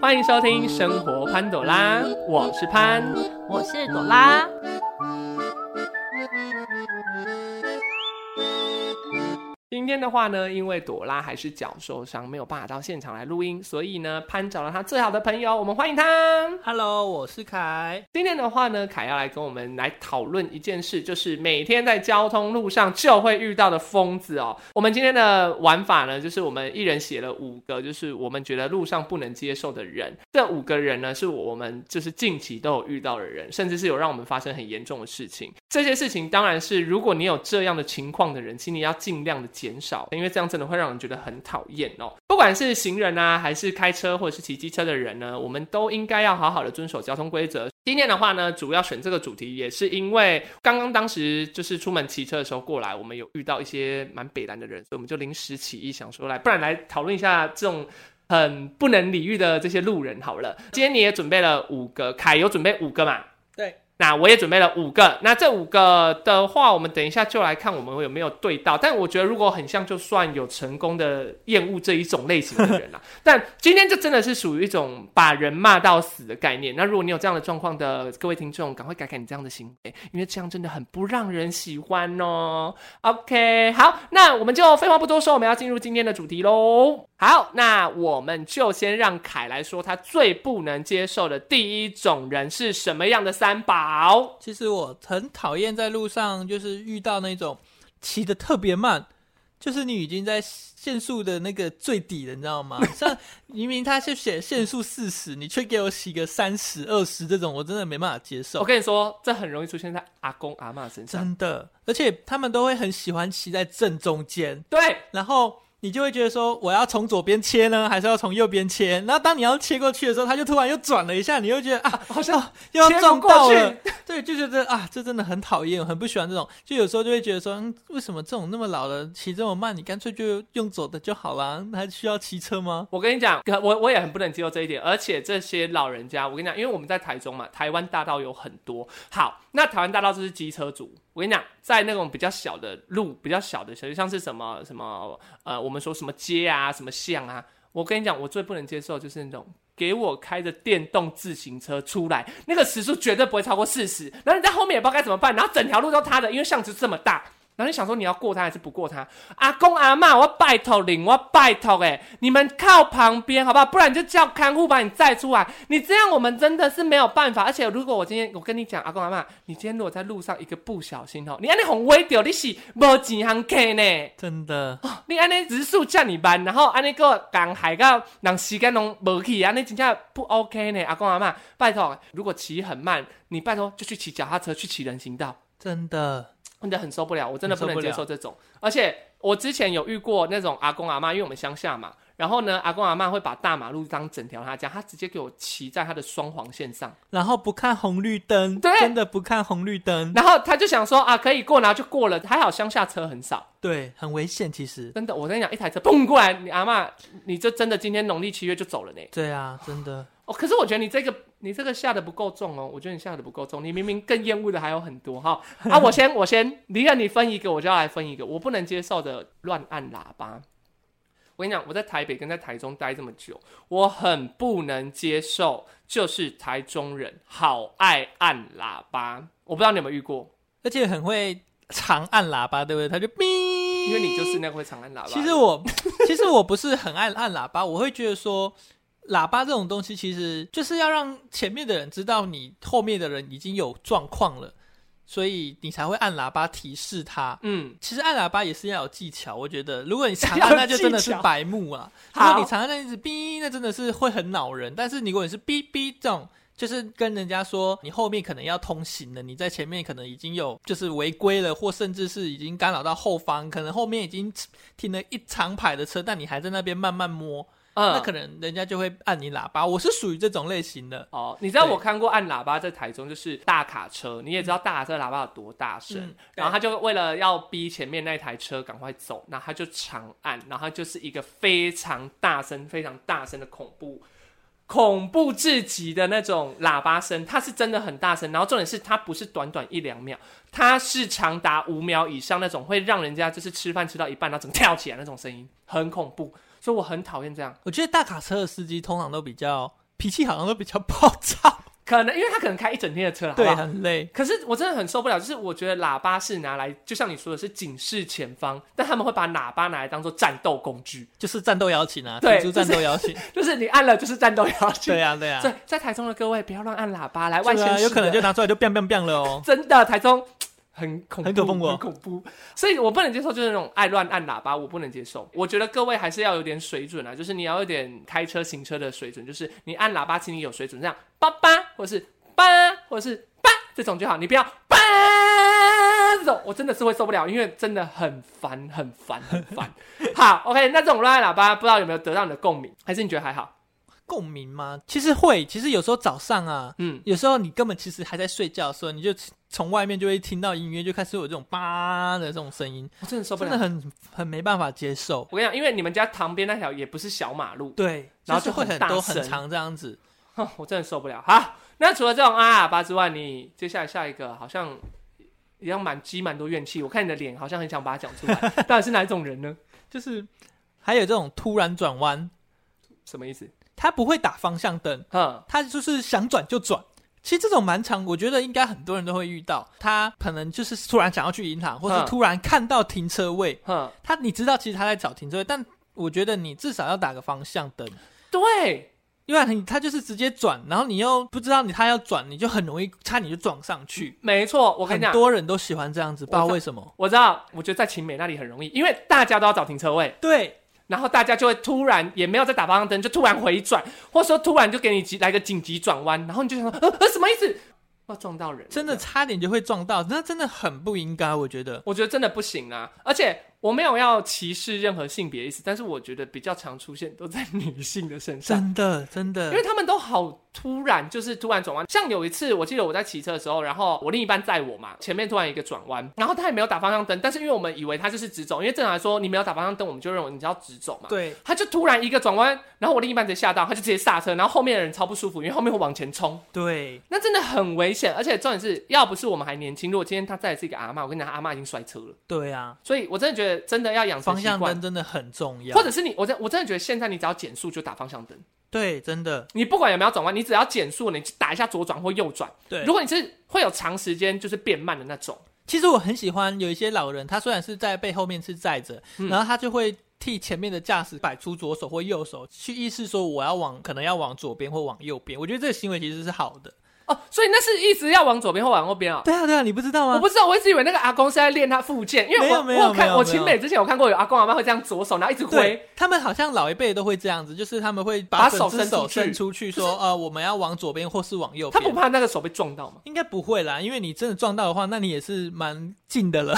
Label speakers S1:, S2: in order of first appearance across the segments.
S1: 欢迎收听《生活潘朵拉》，我是潘。
S2: 我是朵拉。
S1: 今天的话呢，因为朵拉还是脚受伤，没有办法到现场来录音，所以呢，潘找了他最好的朋友，我们欢迎他。
S3: Hello，我是凯。
S1: 今天的话呢，凯要来跟我们来讨论一件事，就是每天在交通路上就会遇到的疯子哦。我们今天的玩法呢，就是我们一人写了五个，就是我们觉得路上不能接受的人。这五个人呢，是我们就是近期都有遇到的人，甚至是有让我们发生很严重的事情。这些事情当然是，如果你有这样的情况的人，请你要尽量的减少，因为这样真的会让人觉得很讨厌哦。不管是行人啊，还是开车或者是骑机车的人呢，我们都应该要好好的遵守交通规则。今天的话呢，主要选这个主题，也是因为刚刚当时就是出门骑车的时候过来，我们有遇到一些蛮北南的人，所以我们就临时起意想说来，不然来讨论一下这种很不能理喻的这些路人好了。今天你也准备了五个，凯有准备五个嘛？
S3: 对。
S1: 那我也准备了五个，那这五个的话，我们等一下就来看我们有没有对到。但我觉得如果很像，就算有成功的厌恶这一种类型的人啦、啊 但今天这真的是属于一种把人骂到死的概念。那如果你有这样的状况的各位听众，赶快改改你这样的行为，因为这样真的很不让人喜欢哦。OK，好，那我们就废话不多说，我们要进入今天的主题喽。好，那我们就先让凯来说他最不能接受的第一种人是什么样的三宝。
S3: 其实我很讨厌在路上，就是遇到那种骑的特别慢，就是你已经在限速的那个最底了，你知 道吗？像明明他是写限速四十，你却给我洗个三十、二十这种，我真的没办法接
S1: 我
S3: 受，
S1: 跟你说，这很容易出现在阿公阿嬷身上。
S3: 真的。而且他们都会很喜欢骑在正中间，
S1: 对，
S3: 然后你就会觉得说，我要从左边切呢，还是要从右边切？那当你要切过去的时候，他就突然又转了一下，你又觉得啊，
S1: 好像
S3: 哦又要
S1: 切不
S3: 撞
S1: 过
S3: 到
S1: 去
S3: 了，对，就觉得啊，这真的很讨厌，很不喜欢这种。就有时候就会觉得说，嗯、为什么这种那么老的骑这么慢，你干脆就用走的就好啦，还需要骑 车吗？
S1: 我跟你讲，可我我也很不能接受这一点，而且这些老人家，我跟你讲，因为我们在台中嘛，台湾大道有很多。好，那台湾大道就是机车族。我跟你讲，在那种比较小的路、比较小的，其实像是什么什么呃，我们说什么街啊、什么巷啊，我跟你讲，我最不能接受就是那种给我开着电动自行车出来，那个时速绝对不会超过四十，然后你在后面也不知道该怎么办，然后整条路都他的，因为巷子这么大。然后你想说你要过他还是不过他？阿公阿妈，我拜托你，我拜托哎、你们靠旁边好不好？不然你就叫看护把你载出来。你这样我们真的是没有办法。而且如果我今天我跟你讲，阿公阿妈，你今天如果在路上一个不小心哦，你安尼红威掉，你是无钱通客呢。
S3: 真的，
S1: 你安尼时速遮尔慢，然后安尼个共害到人时间拢无去，安尼真正不 OK 呢。阿公阿嬷，拜托，如果骑很慢，你拜托就去骑脚踏车，去骑人行道，
S3: 真的，
S1: 真的很受不了，我真的不
S3: 很
S1: 能
S3: 受不
S1: 接
S3: 了
S1: 受这种。而且我之前有遇过那种阿公阿嬷，因为我们乡下嘛，然后呢，阿公阿嬷会把大马路当整条他家，他直接给我骑在他的双黄线上。
S3: 然后不看红绿灯，
S1: 对
S3: 真的不看红绿灯，
S1: 然后他就想说啊，可以过，然后就过了。还好乡下车很少，
S3: 对，很危险，其实。
S1: 真的，我跟你讲，一台车砰过来，你阿嬷，你就真的今天农历七月就走了呢。
S3: 对啊，真的，
S1: 哦，可是我觉得你这个你这个下的不够重哦，我觉得你下的不够重，你明明更厌恶的还有很多哈。啊，我先我先，你让你分一个，我就要来分一个，我不能接受的乱按喇叭。我跟你讲，我在台北跟在台中待这么久，我很不能接受，就是台中人好爱按喇叭，我不知道你有没有遇过，
S3: 而且很会长按喇叭，对不对？他就哔，
S1: 因为你就是那个会常按喇叭的。
S3: 其实我其实我不是很爱按喇叭，我会觉得说，喇叭这种东西其实就是要让前面的人知道你后面的人已经有状况了，所以你才会按喇叭提示他。
S1: 嗯，
S3: 其实按喇叭也是要有技巧，我觉得，如果你 长
S1: 要有
S3: 按，那就真的
S1: 技
S3: 是
S1: 巧
S3: 白目啊。如
S1: 好
S3: 果你长按那一直哔，那真的是会很恼人。但是你如果你是哔哔这种，就是跟人家说你后面可能要通行了，你在前面可能已经有就是违规了，或甚至是已经干扰到后方，可能后面已经停了一长排的车，但你还在那边慢慢摸，
S1: 嗯，
S3: 那可能人家就会按你喇叭。我是属于这种类型的，
S1: 哦，你知道
S3: 对
S1: 我看过按喇叭在台中，就是大卡车，你也知道大卡车喇叭有多大声，
S3: 嗯
S1: 然后他就为了要逼前面那台车赶快走，那他就长按，然后他就是一个非常大声、非常大声的恐怖。恐怖至极的那种喇叭声，它是真的很大声。然后重点是，它不是短短一两秒，它是长达五秒以上那种，会让人家就是吃饭吃到一半，然后整个跳起来那种声音，很恐怖。所以我很讨厌这样。
S3: 我觉得大卡车的司机通常都比较脾气好像都比较暴躁，
S1: 可能因为他可能开一整天的车，好不
S3: 对，
S1: 好
S3: 很累。
S1: 可是我真的很受不了，就是我觉得喇叭是拿来，就像你说的是警示前方，但他们会把喇叭拿来当做战斗工具，
S3: 就是战斗邀请啊，
S1: 对
S3: 提出战斗邀请，
S1: 就是你按了就是 战斗要去。
S3: 对啊，对啊，
S1: 所以在台中的各位不要乱按喇叭，来外
S3: 对
S1: 县市
S3: 啊，
S1: 的
S3: 有可能就拿出来就 biang biang biang 了哦。
S1: 真的台中很恐怖，
S3: 很可怕哦
S1: 很恐怖，所以我不能接受就是那种爱乱按喇叭，我不能接受。我觉得各位还是要有点水准啊，就是你要有点开车行车的水准，就是你按喇叭，请你有水准，这样叭叭或是叭或是叭这种就好，你不要叭这种，我真的是会受不了，因为真的很烦，很烦，很烦。好，OK，那这种乱按喇叭，不知道有没有得到你的共鸣，还是你觉得还好？
S3: 共鸣吗？其实会，其实有时候早上啊，
S1: 嗯，
S3: 有时候你根本其实还在睡觉的时候，你就从外面就会听到隐约就开始有这种叭的这种声音，
S1: 我真的受不
S3: 真
S1: 了
S3: 的。很很没办法接受。
S1: 我跟你讲，因为你们家旁边那条也不是小马路，
S3: 对，
S1: 然后
S3: 就是
S1: 就
S3: 会
S1: 很
S3: 很
S1: 大
S3: 多很
S1: 声
S3: 长这样子。
S1: 哼， 我真的受不了。好，那除了这种啊喇叭之外，你接下来下一个好像也要满积蛮多怨气。我看你的脸好像很想把它讲 出来，到底是哪一种人呢？
S3: 就是还有这种突然转弯，
S1: 什么意思？
S3: 他不会打方向灯，
S1: 嗯，
S3: 他就是想转就转。其实这种蛮长，我觉得应该很多人都会遇到。他可能就是突然想要去银行，或
S1: 嗯
S3: 是突然看到停车位，
S1: 哼，
S3: 他你知道其实他在找停车位，但我觉得你至少要打个方向灯，
S1: 对，
S3: 因为你他就是直接转，然后你又不知道你他要转，你就很容易差点就撞上去。
S1: 没错。我跟
S3: 很
S1: 你讲，
S3: 多人都喜欢这样子，不知道为什么。
S1: 嗯我知道，我觉得在晴美那里很容易，因为大家都要找停车位，
S3: 对，
S1: 然后大家就会突然也没有在打方向灯，就突然回转，或者说突然就给你急来个紧急转弯，然后你就想说，呃呃，什么意思？要撞到人了，
S3: 真的差点就会撞到，那真的很不应该，我觉得。
S1: 我觉得真的不行啊！而且我没有要歧视任何性别意思，但是我觉得比较常出现都在女性的身上，
S3: 真的，真的
S1: 啊因为，他们都好突然，就是突然转弯。像有一次，我记得我在骑车的时候，然后我另一半载我嘛，前面突然一个转弯，然后他也没有打方向灯，但是因为我们以为他就是直走，因为正常来说你没有打方向灯，我们就认为你是要直走嘛。
S3: 对，
S1: 他就突然一个转弯，然后我另一半直接吓到，他就直接刹车，然后后面的人超不舒服，因为后面会往前冲。
S3: 对，
S1: 那真的很危险，而且重点是要不是我们还年轻，如果今天他载的是一个阿嬷，我跟你讲，他阿嬷已经摔车了。
S3: 对啊，
S1: 所以我真的觉得真的要养成
S3: 方
S1: 习
S3: 向啊
S1: 惯
S3: 灯，真的很重要
S1: 或。者是你，我真我真的觉得现在你只要减速就打方向灯，
S3: 对，真的，
S1: 你不管有没有转弯，你只要减速，你打一下左转或右转。
S3: 对
S1: 如。果你是会有长时间就是变慢的那种，
S3: 其实我很喜欢有一些老人，他虽然是在被后面是载着，
S1: 嗯
S3: 然后他就会替前面的驾驶摆出左手或右手，去意识说我要往可能要往左边或往右边。我觉得这个行为其实是好的。
S1: 哦，所以那是一直要往左边或往右边啊、
S3: 对啊，对啊，你不知道
S1: 我
S3: 吗？
S1: 不知道，我一直以为那个阿公是在练他复健，因为
S3: 没
S1: 我
S3: 有没有
S1: 我有
S3: 没
S1: 看
S3: 有
S1: 我
S3: 没
S1: 清
S3: 有
S1: 美之前有看过有阿公阿妈会这样左手然后一直挥，
S3: 对，他们好像老一辈都会这样子，就是他们会
S1: 把
S3: 整
S1: 手
S3: 只
S1: 伸出
S3: 手
S1: 去
S3: 伸出去，说呃我们要往左边或是往右
S1: 他不
S3: 边。
S1: 怕那个手被撞到吗？
S3: 应该不会啦，因为你真的撞到的话，那你也是蛮近的了。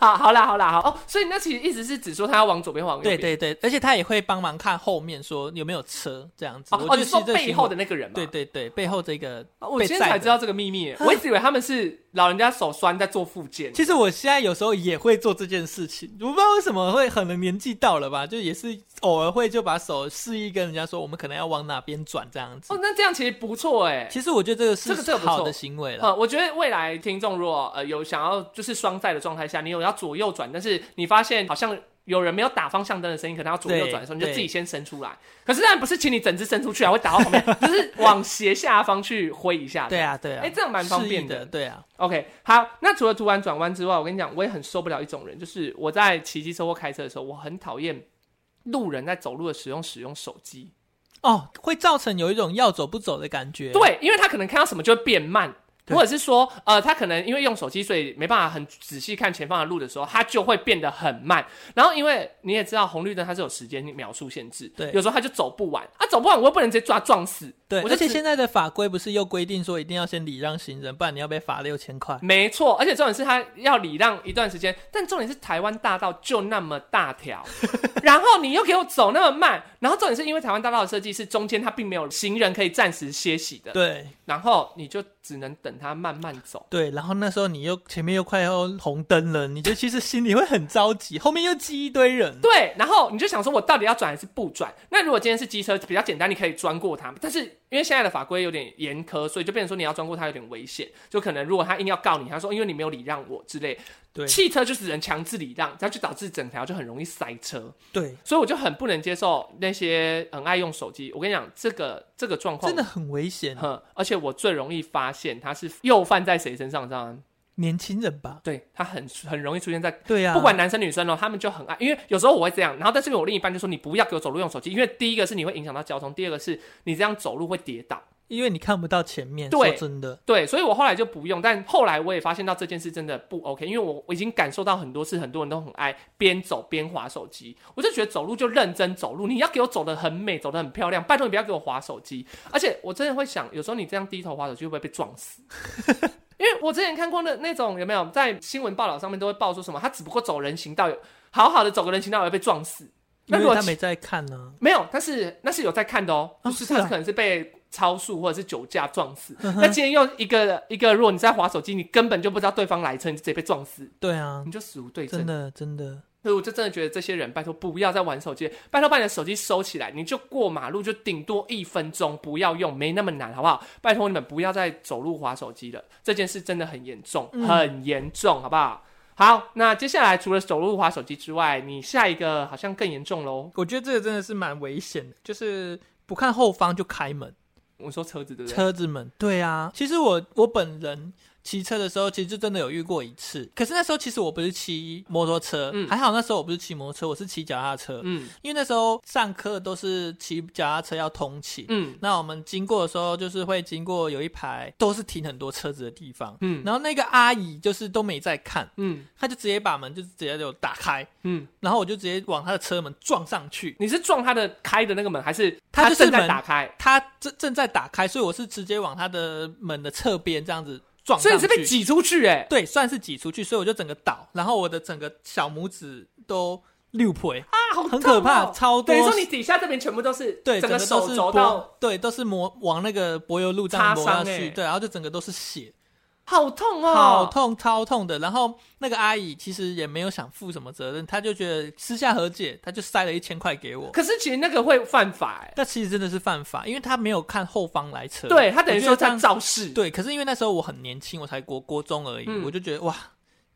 S1: 好，好啦，好啦，好哦，所以那其实一直是只说他要往左边或往右
S3: 对
S1: 边，
S3: 对对，而且他也会帮忙看后面说有没有车这样子。
S1: 哦
S3: 我
S1: 哦，
S3: 觉
S1: 你
S3: 得
S1: 说
S3: 其实这个
S1: 背
S3: 行
S1: 后
S3: 为
S1: 的那个人嘛，
S3: 对对对，背后这个
S1: 啊我今天
S3: 被
S1: 才
S3: 载的啊
S1: 知道这个秘密耶，我一直以为他们是老人家手酸在做复健。
S3: 其实我现在有时候也会做这件事情，我不知道为什么会可能年纪到了吧，就也是偶尔会就把手示意跟人家说，我们可能要往哪边转这样子。
S1: 哦，那这样其实不错哎。
S3: 其实我觉得这个是
S1: 这个这个不错
S3: 好的行为了。
S1: 呃，我觉得未来听众如果呃有想要就是双载的状态下，你有要左右转，但是你发现好像有人没有打方向灯的声音，可能要左右转的时候，
S3: 对
S1: 你就
S3: 对
S1: 自己先伸出来。可是当然不是请你整只伸出去啊，会打到旁边，就是往斜下方去挥一下。
S3: 对。啊，对啊，
S1: 哎，这样蛮方便
S3: 示意的，对啊，
S1: OK，好，那除了突然转弯之外，我跟你讲，我也很受不了一种人，就是我在骑机车或开车的时候，我很讨厌路人在走路的时候使用手机。
S3: 哦，会造成有一种要走不走的感觉。
S1: 对，因为他可能看到什么就会变慢，
S3: 对
S1: 或者是说，呃，他可能因为用手机，所以没办法很仔细看前方的路的时候，他就会变得很慢。然后因为你也知道红绿灯它是有时间秒数限制，
S3: 对
S1: 有时候他就走不完，啊，走不完我又不能直接抓撞死，
S3: 对，
S1: 我就
S3: 而且
S1: 只
S3: 现在的法规不是又规定说一定要先礼让行人，不然你要被罚六千块。
S1: 没错，而且重点是他要礼让一段时间，但重点是台湾大道就那么大 条，然后你又给我走那么慢，然后重点是因为台湾大道的设计是中间它并没有行人可以暂时歇息的，
S3: 对
S1: 然后你就只能等他慢慢走。
S3: 对，然后那时候你又前面又快要红灯了，你就其实心里会很着急，后面又挤一堆人。
S1: 对，然后你就想说，我到底要转还是不转？那如果今天是机车比较简单，你可以钻过它。但是因因为现在的法规有点严苛，所以就变成说你要专过他有点危险，就可能如果他硬要告你，他说因为你没有礼让我之类，
S3: 对
S1: 汽车就只能强制礼让，这样就导致整条就很容易塞车，
S3: 对，
S1: 所以我就很不能接受那些很爱用手机。我跟你讲，这个这个状况
S3: 真的很危险，
S1: 哼，而且我最容易发现他是又犯在谁身上，这样
S3: 年轻人吧？
S1: 对他很很容易出现在。
S3: 对呀、啊，
S1: 不管男生女生哦，他们就很爱，因为有时候我会这样，然后但是我另一半就说你不要给我走路用手机，因为第一个是你会影响到交通，第二个是你这样走路会跌倒，
S3: 因为你看不到前面，
S1: 对
S3: 说真的，
S1: 对，所以我后来就不用，但后来我也发现到这件事真的不 OK，因为我我已经感受到很多次，很多人都很爱边走边划手机，我就觉得走路就认真走路，你要给我走得很美，走得很漂亮，拜托你不要给我划手机，而且我真的会想，有时候你这样低头划手机会不会被撞死？因为我之前看过那那种有没有在新闻报道上面都会报说什么，他只不过走人行道有好好的走个人行道也会被撞死，那
S3: 因
S1: 如果
S3: 为他没在看啊呢、
S1: 没有，但是那是有在看的哦，
S3: 啊
S1: 就是
S3: 是
S1: 他
S3: 啊嗯
S1: 可能是被超速或者是酒驾撞死。那今天用一个一个，如果你在划手机，你根本就不知道对方来车，你就直接被撞死，
S3: 对啊
S1: 你，就死无对
S3: 真
S1: 证。
S3: 的真的，
S1: 所以我就真的觉得这些人，拜托不要再玩手机，拜托把你的手机收起来，你就过马路就顶多一分钟，不要用，没那么难，好不好？拜托你们不要再走路划手机了，这件事真的很严重，
S3: 嗯
S1: 很严重，好不好？好，那接下来除了走路划手机之外，你下一个好像更严重喽。
S3: 我觉得这个真的是蛮危险的，就是不看后方就开门。
S1: 我说车子对不对？
S3: 车子们，对啊，其实我我本人骑车的时候，其实就真的有遇过一次。可是那时候其实我不是骑摩托车，
S1: 嗯
S3: 还好那时候我不是骑摩托车，我是骑脚踏车，
S1: 嗯
S3: 因为那时候上课都是骑脚踏车要通勤。
S1: 嗯
S3: 那我们经过的时候，就是会经过有一排都是停很多车子的地方，
S1: 嗯，
S3: 然后那个阿姨就是都没在看，
S1: 嗯
S3: 她就直接把门就直接就打开，
S1: 嗯，
S3: 然后我就直接往她的车门撞上去。
S1: 你是撞他的开的那个门，还是
S3: 他就是
S1: 正在
S3: 门
S1: 打开？
S3: 她正正在打开，所以我是直接往她的门的侧边这样子撞上
S1: 所以
S3: 去，欸
S1: 你是被挤出去哎、
S3: 对，算是挤出去，所以我就整个倒，然后我的整个小拇指都六腿，
S1: 啊，好痛哦
S3: 很可怕，超多。
S1: 等于说你底下这边全部都是，
S3: 对
S1: 整
S3: 个都
S1: 手
S3: 是
S1: 肘到，
S3: 柏对，都是磨往那个柏油路这样
S1: 擦
S3: 磨下
S1: 伤
S3: 去，
S1: 欸
S3: 对，然后就整个都是血，
S1: 好痛哦，
S3: 好痛，超痛的。然后那个阿姨其实也没有想负什么责任，她就觉得私下和解，她就塞了一千块给我。
S1: 可是其实那个会犯法哎、
S3: 那其实真的是犯法，因为她没有看后方来车。
S1: 对他等于
S3: 我觉
S1: 说
S3: 得这
S1: 在
S3: 样
S1: 肇事，
S3: 对，可是因为那时候我很年轻，我才国国中而已，
S1: 嗯
S3: 我就觉得哇，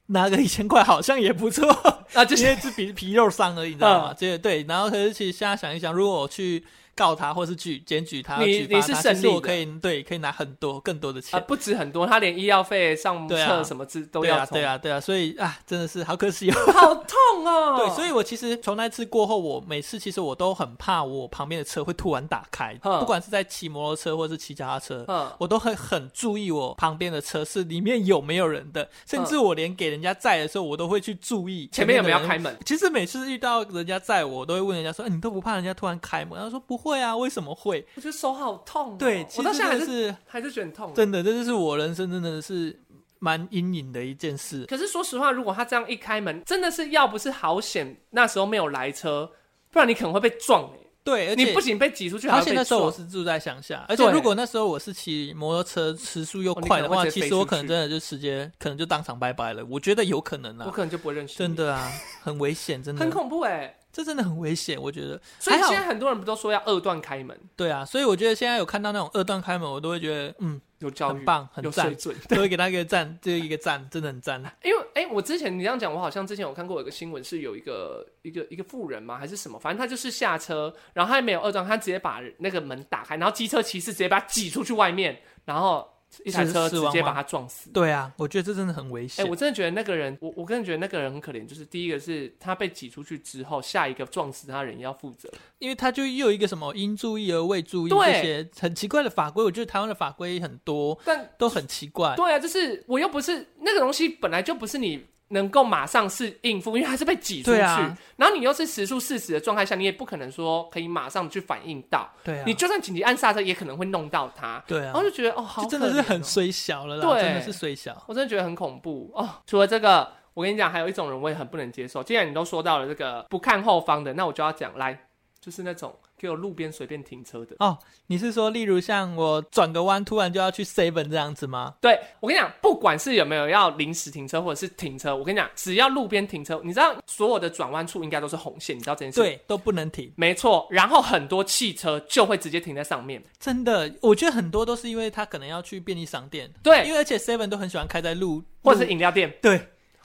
S3: 拿个一千块好像也不错。
S1: 啊，就
S3: 因
S1: 是嗯
S3: 为是皮皮肉伤而已，你知道吗？这、个对，然后可是其实现在想一想，如果我去告他，或是举检举他，
S1: 你
S3: 举报
S1: 你是
S3: 他，
S1: 胜
S3: 其实我
S1: 利的
S3: 可以对可以拿很多更多的
S1: 啊，
S3: 钱。
S1: 不止很多，他连医药费、上
S3: 对啊
S1: 厕什么之都
S3: 对
S1: 要
S3: 啊，对啊，对啊，所以啊，真的是好可惜哦。
S1: 从，好痛哦。
S3: 对，所以我其实从那次过后，我每次其实我都很怕我旁边的车会突然打开，
S1: 嗯
S3: 不管是在骑摩托车或是骑脚踏车，
S1: 嗯，
S3: 我都很很注意我旁边的车是里面有没有人的，甚至我连给人家载的时候，我都会去注意
S1: 嗯前面有没有
S3: 的
S1: 要
S3: 人
S1: 开门？
S3: 其实每次遇到人家载我，我都会问人家说：“哎、你都不怕人家突然开门？”他说：“不会啊，为什么会
S1: 我觉得手好痛哦、？”
S3: 对，
S1: 我
S3: 其
S1: 到
S3: 实
S1: 现在还
S3: 真的
S1: 是
S3: 是
S1: 还是觉得很痛。
S3: 真的，这就是我人生真的是蛮阴影的一件事。
S1: 可是说实话，如果他这样一开门，真的是要不是好险，那时候没有来车，不然你可能会被撞、欸、
S3: 对，而且
S1: 你不仅被挤出去，还
S3: 而
S1: 会
S3: 且
S1: 被
S3: 那时候我
S1: 撞。
S3: 是住在乡下，而且
S1: 对
S3: 如果那时候我是骑摩托车，时速又
S1: 哦你
S3: 快
S1: 可
S3: 的
S1: 能会
S3: 话，
S1: 直接
S3: 其
S1: 飞
S3: 实我
S1: 出
S3: 可能
S1: 去
S3: 真的就直接可能就当场拜拜了。我觉得有可能
S1: 我
S3: 啊，
S1: 可能就不会认识你，
S3: 真的啊，很危险，真的
S1: 很恐怖哎、
S3: 这真的很危险，我觉得。
S1: 所以
S3: 还好
S1: 现在很多人不都说要二段开门，
S3: 对啊，所以我觉得现在有看到那种二段开门，我都会觉得嗯，
S1: 有教育，
S3: 很棒，很
S1: 有
S3: 赞
S1: 水，准。
S3: 都会给他一个赞，这一个赞，真的很赞。啊
S1: 因为哎、我之前你这样讲，我好像之前有看过有一个新闻，是有一个一个一个富人吗？还是什么？反正他就是下车，然后他也没有二段，他直接把那个门打开，然后机车骑士直接把他挤出去外面，然后一台
S3: 是
S1: 车
S3: 是
S1: 直
S3: 汪
S1: 接
S3: 吗
S1: 把他撞死。
S3: 对啊，我觉得这真的很危
S1: 哎、
S3: 险。
S1: 我真的觉得那个人，我我真的觉得那个人很可怜。就是第一个是他被挤出去之后，下一个撞死他的人要负责。
S3: 因为他就又有一个什么应注意而未注意
S1: 对
S3: 这些很奇怪的法规，我觉得台湾的法规很多
S1: 但
S3: 都很奇怪。
S1: 对啊，就是我又不是那个东西，本来就不是你能够马上是应付，因为他是被挤出去，
S3: 对啊
S1: 然后你又是时速四十的状态下，你也不可能说可以马上去反应到。
S3: 对啊，
S1: 你就算紧急按刹车，也可能会弄到他。
S3: 对
S1: 然
S3: 啊
S1: 后，就觉得哦，好
S3: 就
S1: 可
S3: 真的是
S1: 怜
S3: 很
S1: 哦
S3: 虽小了啦，
S1: 对
S3: 真的是虽小。
S1: 我真的觉得很恐怖哦。除了这个，我跟你讲，还有一种人我也很不能接受。既然你都说到了这个不看后方的，那我就要讲来，就是那种给我路边随便停车的。
S3: 哦你是说，例如像我转个弯，突然就要去 seven 这样子吗？
S1: 对我跟你讲，不管是有没有要临时停车或者是停车，我跟你讲，只要路边停车，你知道所有的转弯处应该都是红线，你知道这件事？，
S3: 对，都不能停。
S1: 没错。然后很多汽车就会直接停在上面。
S3: 真的，我觉得很多都是因为他可能要去便利商店，因
S1: 对，
S3: 为而且 seven 都很喜欢开在路，
S1: 或者是
S3: 路
S1: 饮料店。
S3: 对，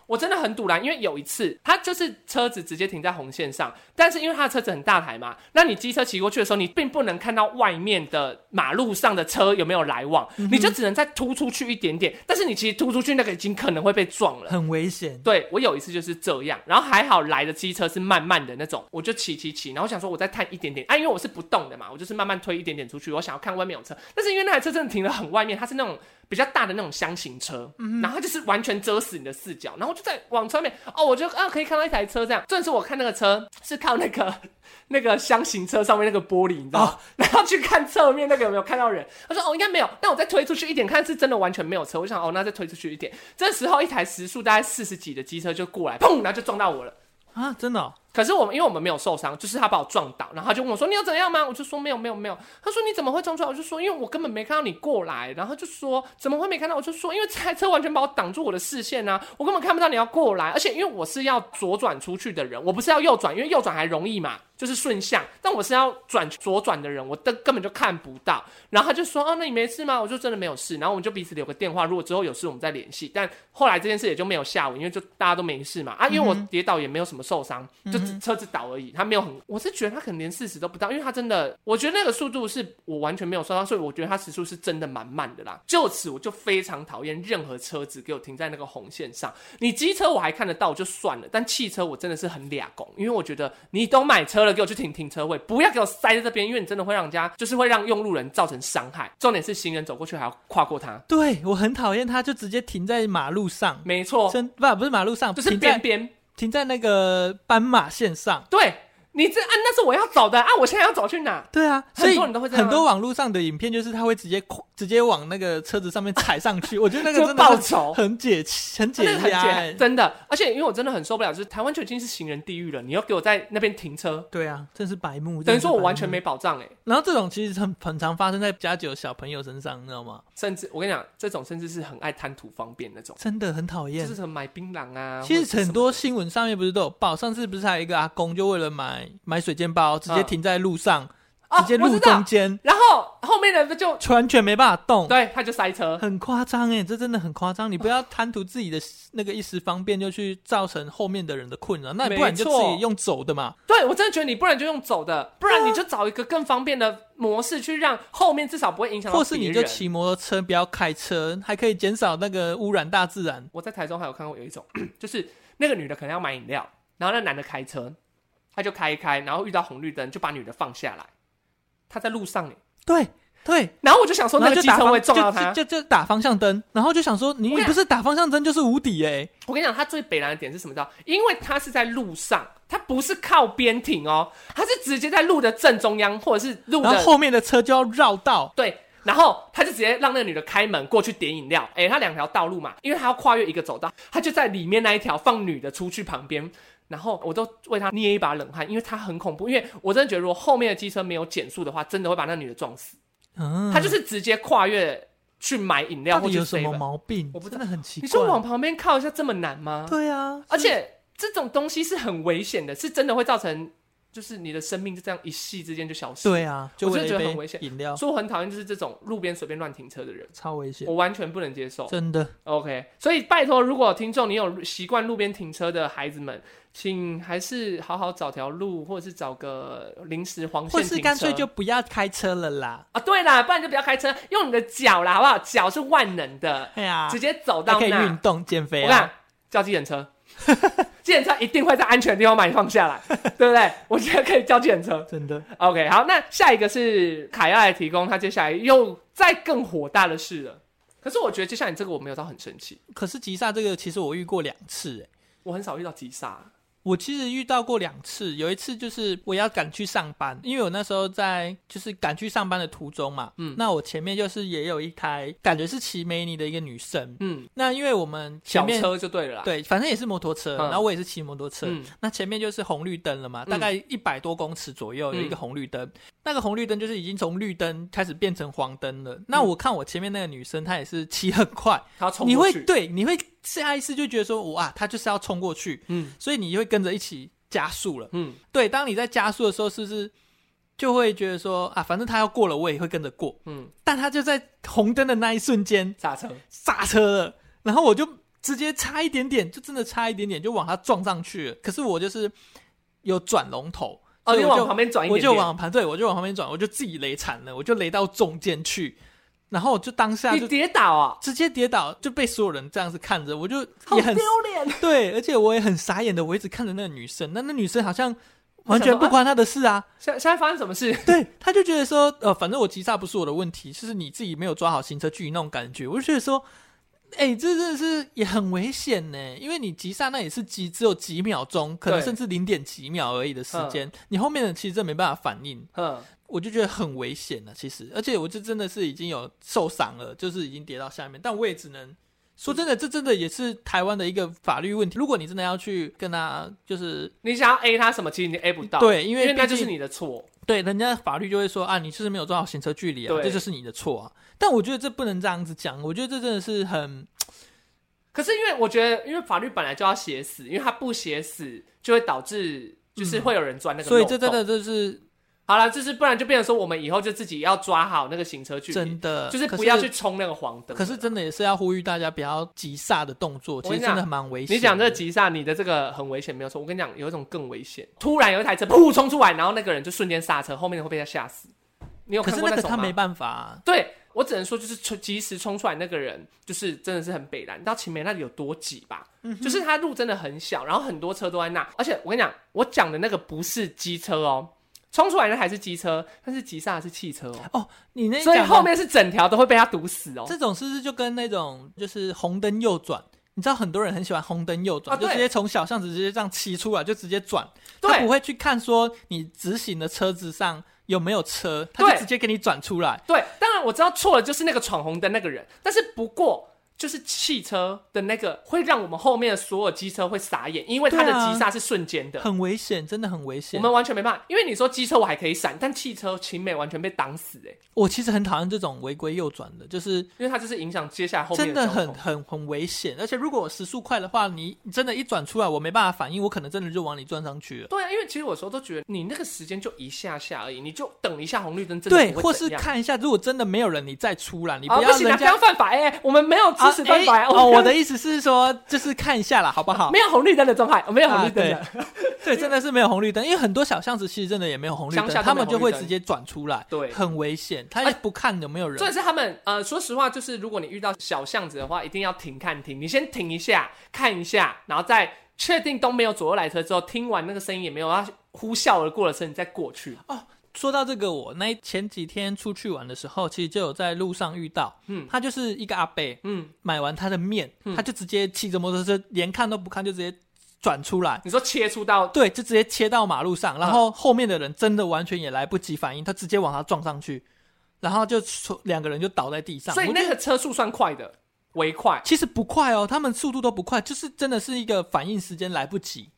S1: 我真的很堵然，因为有一次他就是车子直接停在红线上，但是因为他的车子很大台嘛，那你机车骑过去的时候，你并不能看到外面的马路上的车有没有来往，你就只能再突出去一点点。但是你其实突出去那个已经可能会被撞了。
S3: 很危险。
S1: 对我有一次就是这样，然后还好来的机车是慢慢的那种，我就骑骑骑，然后想说我再探一点点，啊，因为我是不动的嘛，我就是慢慢推一点点出去，我想要看外面有车，但是因为那台车真的停得很外面，它是那种比较大的那种箱型车，然后它就是完全遮死你的视角，然后我就在往车面，哦，我就啊可以看到一台车这样，正是我看那个车是靠那个那个箱型车上面那个玻璃，你知道吗？ 然后去看侧面那个有没有看到人，他说哦应该没有，但我再推出去一点看是真的完全没有车，我想哦那再推出去一点，这时候一台时速大概四十几的机车就过来，砰，然后就撞到我了。
S3: 啊，真的、哦，
S1: 可是我们因为我们没有受伤，就是他把我撞倒，然后他就问我说你有怎样吗？我就说没有没有没有。他说你怎么会撞出来？我就说因为我根本没看到你过来，然后他就说怎么会没看到？我就说因为这台车完全把我挡住我的视线啊，我根本看不到你要过来，而且因为我是要左转出去的人，我不是要右转，因为右转还容易嘛，就是顺向，但我是要转左转的人，我根根本就看不到。然后他就说哦那你没事吗？我就真的没有事。然后我们就彼此留个电话，如果之后有事我们再联系。但后来这件事也就没有下文，因为就大家都没事嘛啊，因为
S3: 嗯
S1: 我跌倒也没有什么受伤，就只车子倒而已，他没有很，我是觉得他可能连四十都不到，因为他真的，我觉得那个速度是我完全没有受伤，所以我觉得他时速是真的蛮慢的啦。就此我就非常讨厌任何车子给我停在那个红线上，你机车我还看得到就算了，但汽车我真的是很俩拱，因为我觉得你都买车了，给我去停停车位，不要给我塞在这边，因为你真的会让人家就是会让用路人造成伤害。重点是行人走过去还要跨过他，
S3: 对我很讨厌，他就直接停在马路上，
S1: 没错，
S3: 真不不是马路上，
S1: 哦就是
S3: 停
S1: 边
S3: 在
S1: 边，
S3: 停在那个斑马线上。
S1: 对你这啊，那是我要走的啊，我现在要走去哪？
S3: 对啊，
S1: 很
S3: 所以
S1: 多人都会这样啊
S3: 很多网络上的影片就是他会直接直接往那个车子上面踩上 去，我觉得那个
S1: 就哦
S3: 真
S1: 报
S3: 的是
S1: 仇
S3: 很解气很解
S1: 真的啊很
S3: 压、
S1: 解
S3: 欸。
S1: 真的。而且因为我真的很受不了，就是台湾就已经是行人地狱了，你又给我在那边停车，
S3: 对啊，真是白目。
S1: 等于
S3: 真是
S1: 说我
S3: 白
S1: 完全
S3: 目。
S1: 没保障哎、
S3: 然后这种其实很很常发生在家酒小朋友身上，你知道吗？
S1: 甚至我跟你讲，这种甚至是很爱贪图方便那种，
S3: 真的很讨
S1: 就
S3: 厌
S1: 是。什么买槟榔啊，
S3: 其
S1: 或者
S3: 实
S1: 是什
S3: 很
S1: 么
S3: 多新闻上面不是都有报，上次不是还有一个阿公就为了买买水煎包，直接
S1: 嗯
S3: 停在路上，
S1: 啊
S3: 直接
S1: 我
S3: 路
S1: 知道
S3: 中间，
S1: 然后后面的就
S3: 完全没办法动。
S1: 对他就塞 车，
S3: 很夸张哎，这真的很夸张！你不要贪图自己的那个一时方便，就去造成后面的人的困扰。那
S1: 没
S3: 不然你就自
S1: 错
S3: 己用走的嘛。
S1: 对我真的觉得你不然就用走的，不
S3: 啊
S1: 然你就找一个更方便的模式去让后面至少不会影响到
S3: 或是
S1: 别
S3: 你就
S1: 人
S3: 骑摩托车，不要开车，还可以减少那个污染大自然。
S1: 我在台中还有看过有一种， 就是那个女的可能要买饮料，然后那男的开车，他就开一开，然后遇到红绿灯就把女的放下来，他在路上耶欸
S3: 对对，
S1: 然后我就想说
S3: 然
S1: 那个
S3: 后就
S1: 机
S3: 打
S1: 车
S3: 方
S1: 会撞到
S3: 就
S1: 他。
S3: 就就就打方向灯，然后就想说你
S1: 我跟你
S3: 你
S1: 讲
S3: 不是打方向灯就是无敌哎、
S1: 我跟你讲，他最北蓝的点是什么？知道？因为他是在路上，他不是靠边停哦，他是直接在路的正中央或者是路
S3: 然后
S1: 的
S3: 后面的车就要绕道，
S1: 对。然后他就直接让那个女的开门过去点饮料，诶，他两条道路嘛，因为他要跨越一个走道，他就在里面那一条放女的出去旁边，然后我都为他捏一把冷汗，因为他很恐怖，因为我真的觉得如果后面的机车没有减速的话，真的会把那女的撞死。
S3: 嗯，
S1: 他就是直接跨越去买饮料
S3: 到
S1: 或
S3: 底
S1: 者
S3: 有什么毛病？
S1: 我不知
S3: 真的很奇怪。
S1: 你说往旁边靠一下这么难吗？
S3: 对啊，
S1: 而且这种东西是很危险的，是真的会造成，就是你的生命就这样一夕之间就消失。
S3: 对，啊，就
S1: 我
S3: 为
S1: 真
S3: 了
S1: 的觉
S3: 一
S1: 得
S3: 杯
S1: 很危险
S3: 饮料
S1: 所以我很讨厌就是这种路边随便乱停车的人，
S3: 超危险，
S1: 我完全不能接受。
S3: 真的。
S1: OK，所以拜托，如果听众你有习惯路边停车的孩子们，请还是好好找条路，或者是找个临时黄线
S3: 或
S1: 停车，
S3: 是干脆就不要开车了啦。
S1: 啊，对啦，不然就不要开车，用你的脚啦，好不好？脚是万能的，
S3: 哎呀，
S1: 直接走
S3: 还
S1: 到
S3: 可以
S1: 那。
S3: 运动减肥
S1: 我看
S3: 啊，
S1: 叫计程车， 计程车一定会在安全的地方把你放下来，对不对？我觉得可以叫计程车。
S3: 真的
S1: OK，好，那下一个是凯亚来提供，他接下来又再更火大的事了。可是我觉得接下来这个我没有到很生气，
S3: 可是吉萨这个其实我遇过两次、欸，
S1: 我很少遇到急刹，
S3: 我其实遇到过两次，有一次就是我要赶去上班，因为我那时候在就是赶去上班的途中嘛，
S1: 嗯
S3: 那我前面就是也有一台感觉是骑梅尼的一个女生，
S1: 嗯，
S3: 那因为我们前
S1: 小
S3: 面
S1: 车就对了啦。，
S3: 对，反正也是摩托车，
S1: 嗯
S3: 然后我也是骑摩托车，
S1: 嗯
S3: 那前面就是红绿灯了嘛，
S1: 嗯
S3: 大概一百多公尺左右有一个红绿灯，那个红绿灯就是已经从绿灯开始变成黄灯了。那我看我前面那个女生，她也是骑很快，
S1: 他嗯冲
S3: 你
S1: 过
S3: 会
S1: 去，
S3: 对，你会下意识就觉得说，哇，她就是要冲过去，
S1: 嗯
S3: 所以你会跟着一起加速了。
S1: 嗯
S3: 对，当你在加速的时候，是不是就会觉得说，啊，反正她要过了，我也会跟着过。
S1: 嗯，
S3: 但她就在红灯的那一瞬间
S1: 刹车，
S3: 刹车了，然后我就直接差一点点，就真的差一点点就往她撞上去了。可是我就是有转龙头，
S1: 哦，
S3: 所以
S1: 你
S3: 我就
S1: 往旁边转一
S3: 我
S1: 点点，
S3: 就往旁对，我就往旁边转，我就自己雷惨了，我就雷到中间去，然后我就当下
S1: 你
S3: 就
S1: 跌倒啊，
S3: 直接跌倒，就被所有人这样子看着，我就
S1: 好
S3: 也很
S1: 丢脸。
S3: 对，而且我也很傻眼的，我一直看着那个女生，那那女生好像完
S1: 她
S3: 全
S1: 想说
S3: 不关她的事啊，
S1: 现现在发生什么事？
S3: 对，她就觉得说，呃，反正我急刹不是我的问题，就是你自己没有抓好行车距离那种感觉，我就觉得说。哎、这真的是也很危险呢，因为你急刹那也是急，只有几秒钟，可能
S1: 对
S3: 甚至零点几秒而已的时
S1: 嗯
S3: 间，你后面的其实真没办法反应，
S1: 嗯，
S3: 我就觉得很危险啊了，其实，而且我这真的是已经有受伤了，就是已经跌到下面，但我也只能说真的，这真的也是台湾的一个法律问题。如果你真的要去跟他，就是
S1: 你想要 A 他什么，其实你 A 不到，，
S3: 对，因
S1: 因
S3: 为
S1: 为那
S3: 毕
S1: 就是
S3: 竟
S1: 你的错。
S3: 对人家法律就会说啊，你就是没有抓好行车距离啊，
S1: 对
S3: 这就是你的错啊。但我觉得这不能这样子讲，我觉得这真的是很
S1: 可是因为我觉得，因为法律本来就要写死，因为他不写死，就会导致就是会有人钻那个
S3: 所
S1: 漏
S3: 以
S1: 洞。
S3: 这真的就是
S1: 好了，就是不然就变成说我们以后就自己要抓好那个行车距离，
S3: 真的，
S1: 就是
S3: 可
S1: 不要去。冲那个黄灯。
S3: 可是真的也是要呼吁大家不要急刹的动作，
S1: 跟
S3: 其
S1: 你
S3: 实真的蛮危险。
S1: 你讲这个，急刹，你的这个很危险，没有错。我跟你讲，有一种更危险，突然有一台车噗冲出来，然后那个人就瞬间刹车，后面的会被他吓死。你有
S3: 可
S1: 看
S3: 是
S1: 过
S3: 那个
S1: 种
S3: 他
S1: 吗
S3: 没办法、啊。
S1: 对我只能说，就是冲及时冲出来那个人，就是真的是很北蓝。你知道秦梅那里有多挤吧？就是它路真的很小，然后很多车都在那。而且我跟你讲，我讲的那个不是机车哦，冲出来那还是机车，但是急刹的是汽车哦，
S3: 哦，你那
S1: 所以
S3: 讲的
S1: 后面是整条都会被他堵死哦。
S3: 这种是不是就跟那种就是红灯右转？你知道很多人很喜欢红灯右转，
S1: 啊
S3: 就
S1: 对
S3: 直接从小巷子直接这样骑出来，就直接转，他不
S1: 对
S3: 会去看说你直行的车子上有没有车，他
S1: 对
S3: 就直接给你转出来。
S1: 对，当然我知道错了，就是那个闯红灯那个人，但是不过。就是汽车的那个会让我们后面的所有机车会傻眼，因为它的
S3: 对啊
S1: 急刹是瞬间 的，
S3: 很危险，真的很危
S1: 我
S3: 险。
S1: 们完全没办法。因为你说机车我还可以闪，但汽车秦美完全被挡死哎、欸
S3: 我其实很讨厌这种违规右转的，就是
S1: 因为它就是影响接下来后面
S3: 真的
S1: 交通
S3: 很很很危险。而且如果我时速快的话，你你真的一转出来，我没办法反应，我可能真的就往你撞上去了。
S1: 对啊，因为其实我有时候都觉得你那个时间就一下下而已，你就等一下红绿灯，真的
S3: 对，
S1: 不
S3: 或
S1: 会
S3: 是
S1: 怎样
S3: 看一下，如果真的没有人，你再出来，你
S1: 啊
S3: 要
S1: 不行啊，
S3: 人
S1: 不
S3: 家
S1: 要犯法哎、欸我们没有支持犯法、
S3: 哎
S1: 啊
S3: 哦，我
S1: 们
S3: 的意思是说，就是看一下啦，好不好？
S1: 没有红绿灯的状态，我没有红
S3: 啊
S1: 绿灯的，
S3: 对，真的是没有红绿灯，因为很多小巷子其实真的也没有红绿灯
S1: 乡下，都没有
S3: 他们就
S1: 红绿
S3: 会
S1: 灯
S3: 直接转出来，
S1: 对
S3: 很危险，他也不看有没有人
S1: 重。点是他们，呃，说实话，就是如果你遇到小巷子的话，一定要停看停，你先停一下，看一下，然后再确定都没有左右来车之后，听完那个声音也没有要呼啸而过的声音，你再过去。
S3: 说到这个，我那前几天出去玩的时候，其实就有在路上遇到，
S1: 嗯
S3: 他就是一个阿伯，
S1: 嗯，
S3: 买完他的面，
S1: 嗯
S3: 他就直接骑着摩托车，连看都不看就直接转出来。
S1: 你说切出到
S3: 对，就直接切到马路
S1: 嗯
S3: 上，然后后面的人真的完全也来不及反应，他直接往他撞上去，然后就两个人就倒在地上。
S1: 所以
S3: 我
S1: 那个车速算快的，为快。
S3: 其实不快哦，他们速度都不快，就是真的是一个反应时间来不及，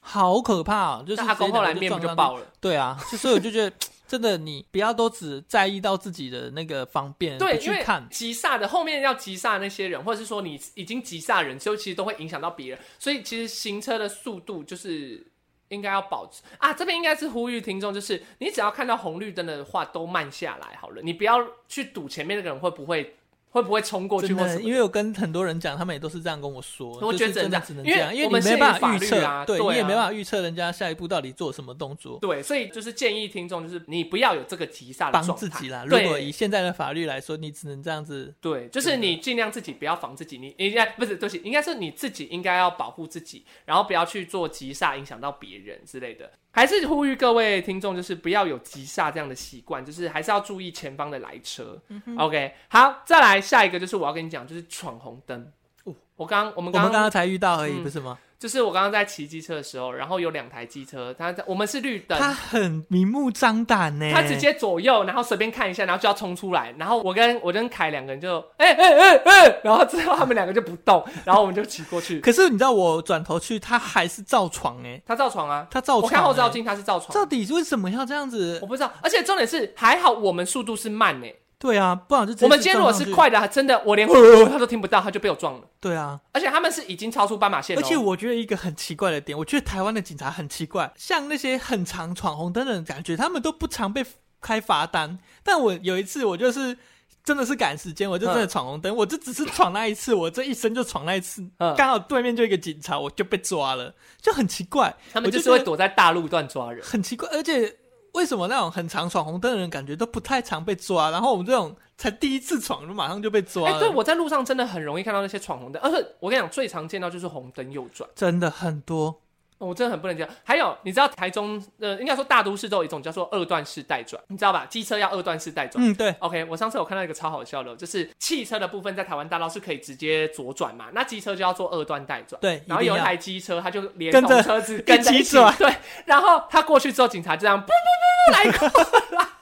S3: 好可怕、啊！就是
S1: 那他
S3: 直接
S1: 公后来
S3: 两个
S1: 面不
S3: 撞
S1: 就
S3: 上
S1: 爆
S3: 去？
S1: 了？
S3: 对啊，就所以我就觉得，真的你不要都只在意到自己的那个方便，
S1: 对，
S3: 不
S1: 因
S3: 去
S1: 为
S3: 看。
S1: 急刹的后面要急刹那些人，或者是说你已经急刹人，就其实都会影响到别人，所以其实行车的速度就是应该要保持啊。这边应该是呼吁听众，就是你只要看到红绿灯的话，都慢下来好了，你不要去赌前面那个人会不会会不会冲过去
S3: 真
S1: 或什
S3: 的，
S1: 么。
S3: 因为我跟很多人讲，他们也都是这样跟我说，
S1: 我觉得
S3: 就是真的只
S1: 只能
S3: 能这
S1: 这
S3: 样，
S1: 样
S3: 因
S1: 因为
S3: 你没办法预
S1: 我们是
S3: 测，
S1: 法律啊
S3: 对
S1: 对啊
S3: 你也没办法预测人家下一步到底做什么动作，
S1: 对，所以就是建议听众，就是你不要有这个急刹的
S3: 帮
S1: 状
S3: 自
S1: 态。
S3: 己啦。如
S1: 对
S3: 果以现在的法律来说，你只能这样子
S1: 对，就是你尽量自己不要防自己，你应该不是对不起，应该是你自己应该要保护自己，然后不要去做急刹，影响到别人之类的。还是呼吁各位听众，就是不要有急刹这样的习惯，就是还是要注意前方的来车。OK，好，再来下一个就是我要跟你讲，就是闯红灯。
S3: 哦
S1: 我刚我们
S3: 我们
S1: 刚
S3: 刚
S1: 刚
S3: 刚才遇到而已，
S1: 嗯
S3: 不是吗？
S1: 就是我刚刚在骑机车的时候，然后有两台机车，它在我们是绿灯，
S3: 他很明目张胆呢，
S1: 他直接左右，然后随便看一下，然后就要冲出来。然后我跟我跟凯两个人就哎哎哎哎，然后之后他们两个就不动，然后我们就骑过去。
S3: 可是你知道我转头去，他还是照床哎、
S1: 他照床啊，
S3: 他照床、
S1: 我看后照
S3: 欸，
S1: 镜他是照床，
S3: 到底为什么要这样子
S1: 我？不知道。而且重点是还好我们速度是慢呢、
S3: 对啊，不然就直接
S1: 我们今天如果
S3: 撞上
S1: 是
S3: 去，
S1: 快的，真的我
S3: 呃
S1: 连呼他都听不到，他就被我撞了。
S3: 对啊。
S1: 而且他们是已经超出斑马线
S3: 而
S1: 了，哦
S3: 且我觉得一个很奇怪的点，我觉得台湾的警察很奇怪，像那些很常闯红灯的人，感觉他们都不常被开罚单。但我有一次，我就是真的是赶时间，我就真的闯红灯，我就只是闯那一次，我这一生就闯那一次，
S1: 嗯
S3: 刚好对面就一个警察，我就被抓了，就很奇怪，
S1: 他们
S3: 我就
S1: 就是会
S3: 觉得
S1: 躲在大路段抓人。
S3: 很奇怪，而且。为什么那种很常闯红灯的人，感觉都不太常被抓？然后我们这种才第一次闯，就马上就被抓
S1: 哎、
S3: 了。
S1: 对，我在路上真的很容易看到那些闯红灯，而且我跟你讲，最常见到就是红灯右转。
S3: 真的很多，
S1: 哦我真的很不能接受。还有，你知道台中呃，应该说大都市都有一种叫做二段式待转，你知道吧？机车要二段式待转。
S3: 嗯，对，
S1: OK，我上次有看到一个超好笑的，就是汽车的部分在台湾大道是可以直接左转嘛，那机车就要做二段待转。
S3: 对
S1: 然后
S3: 一定
S1: 有一
S3: 要
S1: 台机车，它就连
S3: 跟
S1: 同
S3: 着
S1: 车子跟着
S3: 一
S1: 一
S3: 起
S1: 起
S3: 转
S1: 对，然后他过去之后，警察就这样不不不来过来，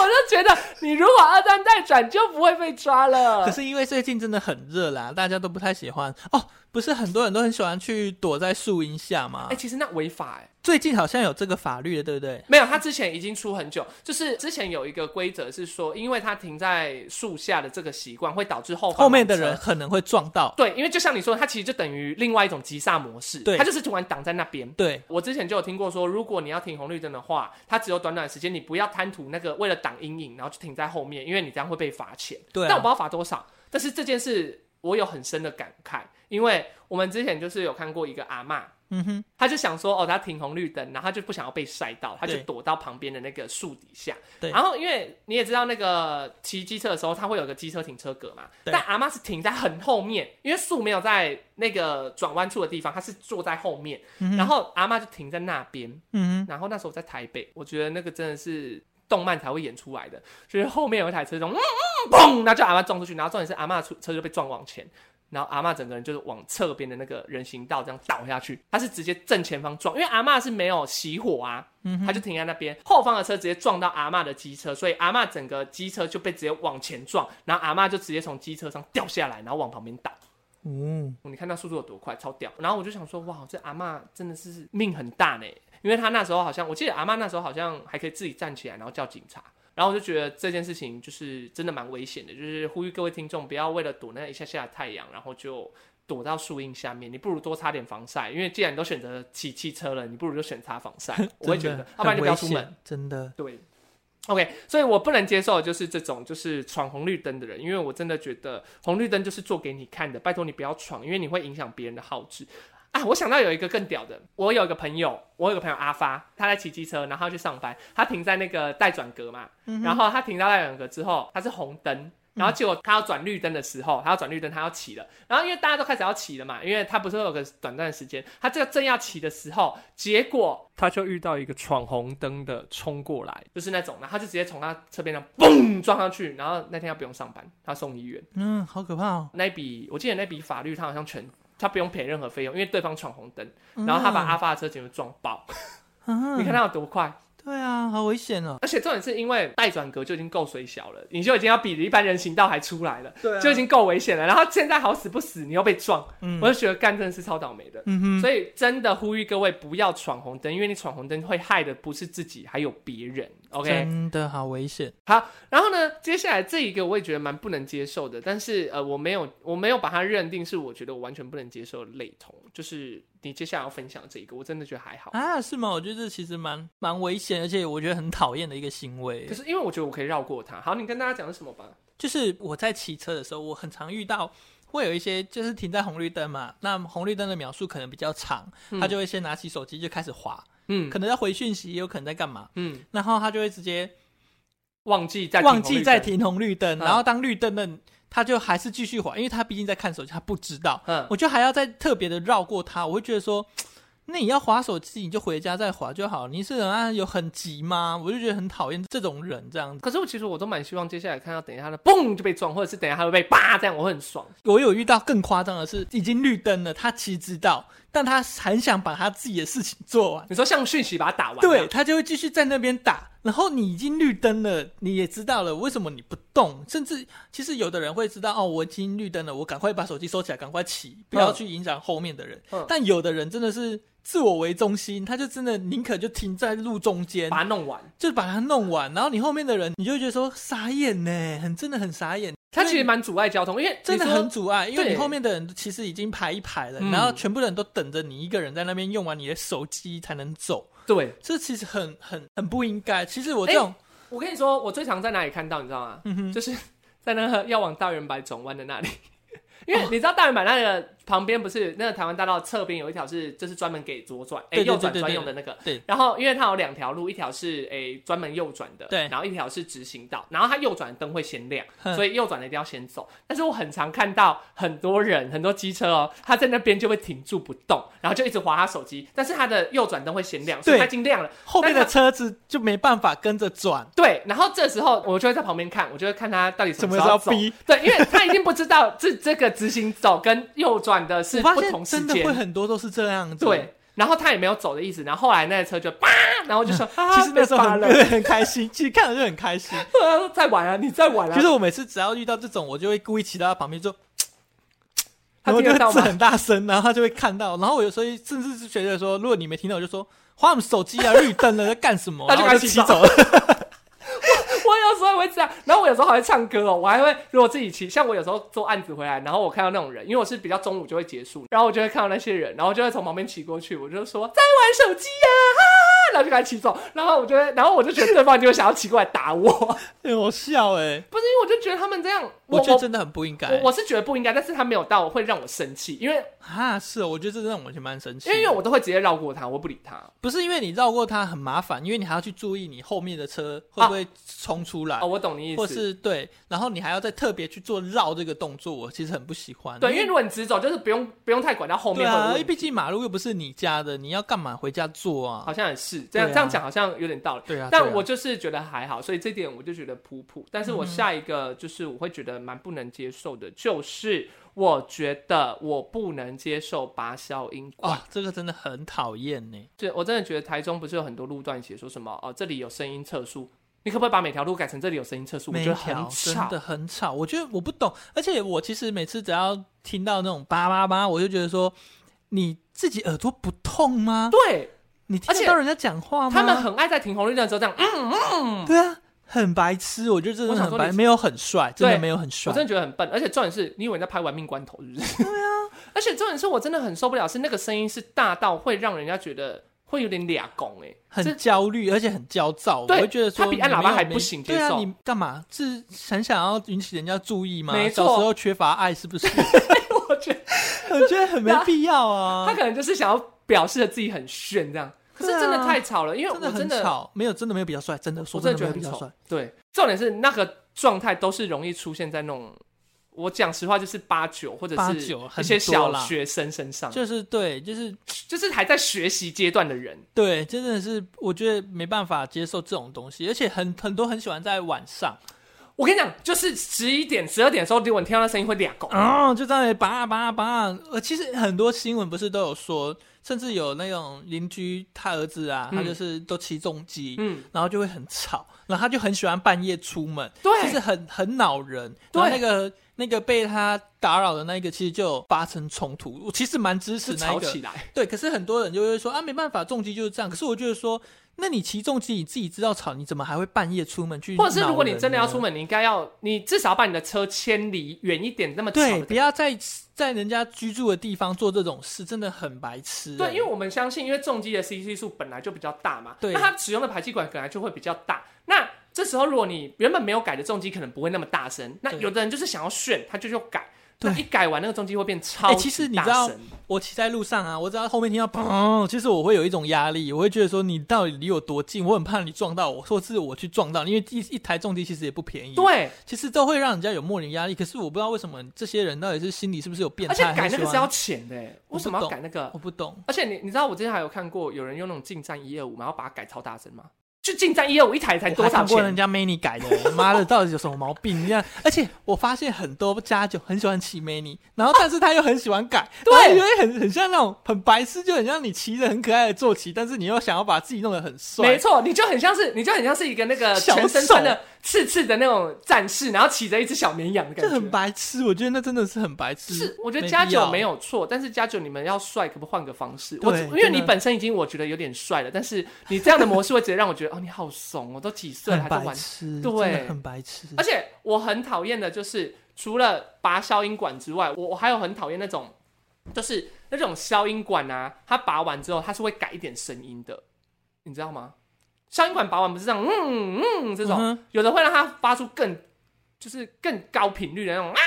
S1: 我就觉得你如果二段待转就不会被抓了
S3: 可。是因为最近真的很热啦，大家都不太喜欢哦。不是很多人都很喜欢去躲在树荫下吗？
S1: 哎、其实那违法哎、
S3: 最近好像有这个法律的，对不对？
S1: 没有，他之前已经出很久，就是之前有一个规则是说，因为他停在树下的这个习惯，会导致后方
S3: 后面的
S1: 车
S3: 人可能会撞到。
S1: 对，因为就像你说，它其实就等于另外一种急刹模式，
S3: 对
S1: 它就是突然挡在那边。
S3: 对，
S1: 我之前就有听过说，如果你要停红绿灯的话，它只有短短的时间，你不要贪图那个为了挡阴影，然后就停在后面，因为你这样会被罚钱。
S3: 对啊
S1: 但我不知道罚多少。但是这件事我有很深的感慨，因为我们之前就是有看过一个阿嬷，
S3: 嗯哼，
S1: 他就想说，哦，他停红绿灯，然后他就不想要被晒到，他就
S3: 对
S1: 躲到旁边的那个树底下。
S3: 对
S1: 然后因为你也知道，那个骑机车的时候，它会有个机车停车格嘛。
S3: 对
S1: 但阿妈是停在很后面，因为树没有在那个转弯处的地方，她是坐在后面。
S3: 嗯哼
S1: 然后阿妈就停在那边。
S3: 嗯
S1: 然后那时候我在台北，我觉得那个真的是动漫才会演出来的，就是后面有一台车从嗯嗯砰，那就阿妈撞出去，然后重点是阿妈出车就被撞往前。然后阿嬷整个人就是往侧边的那个人行道这样倒下去，她是直接正前方撞，因为阿嬷是没有熄火啊，她就停在那边，后方的车直接撞到阿嬷的机车，所以阿嬷整个机车就被直接往前撞，然后阿嬷就直接从机车上掉下来，然后往旁边倒。
S3: 哼，嗯，
S1: 你看那速度有多快，超屌。然后我就想说，哇，这阿嬷真的是命很大呢，因为她那时候好像，我记得阿嬷那时候好像还可以自己站起来，然后叫警察。然后我就觉得这件事情就是真的蛮危险的，就是呼吁各位听众不要为了躲那一下下的太阳，然后就躲到树荫下面。你不如多擦点防晒，因为既然你都选择骑汽车了，你不如就选擦防 晒。我会觉
S3: 真
S1: 得
S3: 的，
S1: 要不然就不要
S3: 很
S1: 出
S3: 危
S1: 门。
S3: 险，真的。
S1: 对，OK，所以我不能接受的就是这种就是闯红绿灯的人，因为我真的觉得红绿灯就是做给你看的，拜托你不要闯，因为你会影响别人的好志。啊，我想到有一个更屌的，我有一个朋友，我有一个朋友阿发，他在骑机车，然后他去上班，他停在那个待转格嘛，然后他停到待转格之后，他是红灯。然后结果他要转绿灯的时候，他要转绿灯，他要骑了。然后因为大家都开始要骑了嘛，因为他不是会有个短暂的时间，他这个正要骑的时候，结果他就遇到一个闯红灯的冲过来，就是那种，然后他就直接从他车边上嘣撞上去，然后那天他不用上班，他送医院。
S3: 嗯，好可怕哦。
S1: 那一笔我记得那笔法律他好像全他不用赔任何费用，因为对方闯红灯，然后他把阿发的车简直撞爆，
S3: 嗯，
S1: 你看他有多快。
S3: 对啊，好危险哦。
S1: 而且重点是因为待转格就已经够水小了，你就已经要比一般人行道还出来了，
S3: 对啊
S1: 就已经够危险了。然后现在好死不死你又被撞，
S3: 嗯
S1: 我就觉得干真的是超倒霉的。
S3: 嗯哼，
S1: 所以真的呼吁各位不要闯红灯，因为你闯红灯会害的不是自己，还有别人。OK，
S3: 真的好危险。
S1: 好，然后呢，接下来这一个我也觉得蛮不能接受的，但是呃，我没有我没有把它认定是我觉得我完全不能接受的类同，就是你接下来要分享的这一个，我真的觉得还好。
S3: 啊，是吗？我觉得这其实蛮蛮危险，而且我觉得很讨厌的一个行为。
S1: 可是因为我觉得我可以绕过它。好，你跟大家讲的是什么吧？
S3: 就是我在骑车的时候，我很常遇到会有一些就是停在红绿灯嘛，那红绿灯的秒数可能比较长，他就会先拿起手机就开始滑，
S1: 嗯
S3: 可能在回讯息，也有可能在干嘛，
S1: 嗯，
S3: 然后他就会直接
S1: 忘记在
S3: 忘记在，停红绿灯，
S1: 嗯
S3: 然后当绿灯的他就还是继续滑，因为他毕竟在看手机，他不知道，
S1: 嗯
S3: 我就还要再特别的绕过他，我会觉得说。那你要划手机，你就回家再划就好。你是人啊，有很急吗？我就觉得很讨厌这种人这样子。
S1: 可是我其实我都蛮希望接下来看到，等一下他的嘣就被撞，或者是等一下他会被叭这样，我会很爽。
S3: 我有遇到更夸张的是，已经绿灯了，他其实知道，但他很想把他自己的事情做完，
S1: 你说像讯息把它打完，
S3: 对，他就会继续在那边打。然后你已经绿灯了，你也知道了，为什么你不动？甚至其实有的人会知道哦，我已经绿灯了，我赶快把手机收起来，赶快骑，不要去影响后面的人。
S1: 嗯
S3: 但有的人真的是自我为中心，他就真的宁可就停在路中间
S1: 把，它弄完。
S3: 就把它弄完。然后你后面的人，你就会觉得说傻眼呢，很真的很傻眼。
S1: 它其实蛮阻碍交通，因为
S3: 真的
S1: 你说
S3: 很阻碍，因为
S1: 对
S3: 你后面的人其实已经排一排了，
S1: 嗯
S3: 然后全部人都等着你一个人在那边用完你的手机才能走，
S1: 对。
S3: 这其实很很很不应该。其实我这种，
S1: 我跟你说，我最常在哪里看到，你知道吗？
S3: 嗯哼，
S1: 就是 在那个要往大圆柏转弯的那里，因
S3: 哦
S1: 为你知道大圆柏那个旁边不是那个台湾大道侧边有一条是就是专门给左转哎、
S3: 对对
S1: 右转
S3: 对对
S1: 专
S3: 对
S1: 用的那个，
S3: 对
S1: 然后因为它有两条路，一条是诶专、门右转的，
S3: 对
S1: 然后一条是直行道，然后它右转的灯会先亮，
S3: 嗯
S1: 所以右转的一定要先走。但是我很常看到很多人很多机车哦，他在那边就会停住不动，然后就一直划他手机，但是他的右转灯会先亮，所以
S3: 对
S1: 他已经亮了，
S3: 后面
S1: 但
S3: 的
S1: 他
S3: 车子就没办法跟着 转，
S1: 对，然后这时候我就会在旁边看，我就会看他到底什
S3: 什么
S1: 时
S3: 时候
S1: 候走
S3: 逼。
S1: 对，因为他已经不知道这这个直行走跟右转的是
S3: 我发
S1: 不同时
S3: 现真的会
S1: 间，
S3: 很多都是这样子。
S1: 对。然后他也没有走的意思，然后后来那台车就叭，然后就说，啊
S3: 其实那时候
S1: 被罚
S3: 很
S1: 了，
S3: 很开心，其实看了就很开心。
S1: 他说再玩啊，你再玩啊，
S3: 其实我每次只要遇到这种，我就会故意骑到他旁 边就，
S1: 他
S3: 然后
S1: 听
S3: 就
S1: 得到
S3: 会字
S1: 吗？
S3: 很大声，然后他就会看到。然后我有时候甚至是觉得说，如果你没听到，我就说花我们手机啊，绿灯了在干什 么？
S1: 那
S3: 然
S1: 就
S3: 后
S1: 赶
S3: 我
S1: 紧
S3: 就
S1: 骑
S3: 骑走了。
S1: 我有时候会这样，然后我有时候还会唱歌哦，我还会如果自己骑，像我有时候做案子回来，然后我看到那种人，因为我是比较中午就会结束，然后我就会看到那些人，然后就会从旁边骑过去，我就说在玩手机呀、哈哈，然后就赶紧骑走，然后我就会，然后我就觉得对方就会想要骑过来打我， 不
S3: 哎、我笑哎、
S1: 是因为我就觉得他们这样，我
S3: 我觉得
S1: 我
S3: 真的很不应该、
S1: 我我是觉得不应该，但是他没有到会让我生气，因为
S3: 啊，是、哦，我觉得这让我觉得蛮神奇
S1: 因
S3: 的。
S1: 为我都会直接绕过他，我不理他。
S3: 不是因为你绕过它很麻烦，因为你还要去注意你后面的车会不会冲出来，
S1: 啊哦，我懂你意
S3: 或
S1: 思。
S3: 是对，然后你还要再特别去做绕这个动作，我其实很不喜欢。
S1: 对，因为如果你直走，就是不用不用太管到后
S3: 对
S1: 面会有
S3: 啊，因
S1: 问
S3: 为
S1: 题
S3: 毕竟马路又不是你家的，你要干嘛回家做啊
S1: 好？像也是这样、
S3: 对啊
S1: 这样讲，好像有点道理。
S3: 对啊，对
S1: 但
S3: 啊
S1: 我就是觉得还好，所以这点我就觉得普普。但是我下一个就是我会觉得蛮不能接受的，就是我觉得我不能接受拔消音管。
S3: 哇，这个真的很讨厌呢。
S1: 对，我真的觉得台中不是有很多路段写说什么哦，这里有声音测速，你可不可以把每条路改成这里有声音测速？我
S3: 每
S1: 觉
S3: 一
S1: 得很
S3: 条真
S1: 吵。
S3: 的很吵，我觉得我不懂，而且我其实每次只要听到那种叭叭叭，我就觉得说你自己耳朵不痛吗？
S1: 对
S3: 你听
S1: 而且
S3: 得到人家讲话吗？
S1: 他们很爱在停红绿灯的时候这样，嗯，
S3: 对啊，很白痴，我觉得真的
S1: 我想
S3: 很
S1: 说
S3: 白，
S1: 你
S3: 没有很帅，真的没有很
S1: 我
S3: 帅。
S1: 真的觉得很笨。而且重点是，你以为你在拍玩命关头是不是？对啊。而且重点是我真的很受不了，是那个声音是大到会让人家觉得会有点俩拱哎，这
S3: 很焦虑，而且很焦躁，我
S1: 对
S3: 会觉得说
S1: 他比
S3: 你
S1: 按喇叭
S3: 没有
S1: 还
S3: 没
S1: 不行
S3: 对
S1: 接
S3: 啊，
S1: 受
S3: 你干嘛？是很想要引起人家注意吗？
S1: 没错
S3: 小时候缺乏爱是 不是？
S1: 我觉得。
S3: 我觉得很没必要
S1: 他
S3: 啊，
S1: 可能就是想要表示的自己很炫这样，可是
S3: 对啊
S1: 真的太吵了，因为我
S3: 真的很吵，没有真的没有比较帅，真的
S1: 我
S3: 说
S1: 真的
S3: 的
S1: 觉得
S3: 没有比
S1: 很
S3: 较
S1: 丑
S3: 帅。。
S1: 对，重点是那个状态都是容易出现在那种，我讲实话就是八九或者是
S3: 89
S1: 一些
S3: 很多
S1: 小
S3: 啦
S1: 学生身上，就
S3: 就是对，就是
S1: 就是还在学习阶段的人，
S3: 对，真的是我觉得没办法接受这种东西，而且很很多很喜欢在晚上，
S1: 我跟你讲，就是十一点、十二点的时候，如果你听到那声音会俩狗。
S3: 啊、就在那里拔拔拔。呃，其实很多新闻不是都有说，甚至有那种邻居他儿子啊，
S1: 嗯
S3: 他就是都骑重机，
S1: 嗯，
S3: 然后就会很吵，然后他就很喜欢半夜出门，
S1: 对
S3: 就是很很恼人。然后
S1: 对
S3: 那个那个被他打扰的那一个，其实就有发生冲突。我其实蛮支持
S1: 是
S3: 那一
S1: 吵
S3: 个，
S1: 起来，
S3: 对，可是很多人就会说啊，没办法，重机就是这样。可是我觉得说，那你骑重机你自己知道吵，你怎么还会半夜出门去？
S1: 或者是如果你真的要出。门，你应该要，你至少把你的车牵离远一点，那么吵
S3: 对，
S1: 的
S3: 不要在在人家居住的地方做这种事，真的很白痴欸、
S1: 对，因为我们相信，因为重机的 CC 数本来就比较大嘛，
S3: 对
S1: 那它使用的排气管本来就会比较大，那。这时候如果你原本没有改的重击，可能不会那么大声。那
S3: 对
S1: 有的人就是想要炫，他就去改。
S3: 对
S1: 那一改完那个重击会变超级大
S3: 哎
S1: 声、
S3: 其实你知道我骑在路上啊，我只要后面听到砰，其实我会有一种压力，我会觉得说你到底离我多近，我很怕你撞到我，或是我去撞到你，因为一一台重机其实也不便宜。，
S1: 对，
S3: 其实都会让人家有莫名压力。可是我不知道为什么这些人到底是心理是不是有变
S1: 而且
S3: 态，
S1: 改那
S3: 还
S1: 个
S3: 喜
S1: 是要
S3: 欢
S1: 钱的、哎
S3: 我
S1: 为
S3: 不
S1: 什么要
S3: 懂
S1: 改那个？
S3: 我不懂。
S1: 而且你你知道我之前还有看过有人用那种近战一二五，然后把它改超大声吗？就近战一二五一台才
S3: 我
S1: 多
S3: 哎还
S1: 少
S3: 看过人
S1: 钱？
S3: 家 Mini 改的，我妈的，到底有什么毛病？这样，而且我发现很多家酒很喜欢骑 Mini，然后但是他又很喜欢改，
S1: 对
S3: 然后因为很很像那种很白痴，就很像你骑着很可爱的坐骑，但是你又想要把自己弄得很
S1: 没
S3: 帅，
S1: 错，你就很像是你就很像是一个那个
S3: 小
S1: 全身穿
S3: 手
S1: 的刺刺的那种战士，然后骑着一只小绵羊的感
S3: 这
S1: 觉，
S3: 很白痴。我觉得那真的是很白痴。
S1: 是，我觉得
S3: 必
S1: 加九
S3: 要
S1: 没有错，但是加九你们要帅，可不可以换个方式？我
S3: 对
S1: 只因为
S3: 真的
S1: 你本身已经我觉得有点帅了，但是你这样的模式会直接让我觉得，哦，你好怂哦，都几岁了
S3: 很
S1: 还在
S3: 白
S1: 玩？
S3: 痴，
S1: 对
S3: 真的很白痴。
S1: 而且我很讨厌的就是，除了拔消音管之外，我我还有很讨厌那种，就是那种消音管啊，它拔完之后它是会改一点声音的，你知道吗？消音管拔完不是这样，嗯嗯这种，
S3: 嗯哼
S1: 有的会让它发出更就是更高频率的那种啊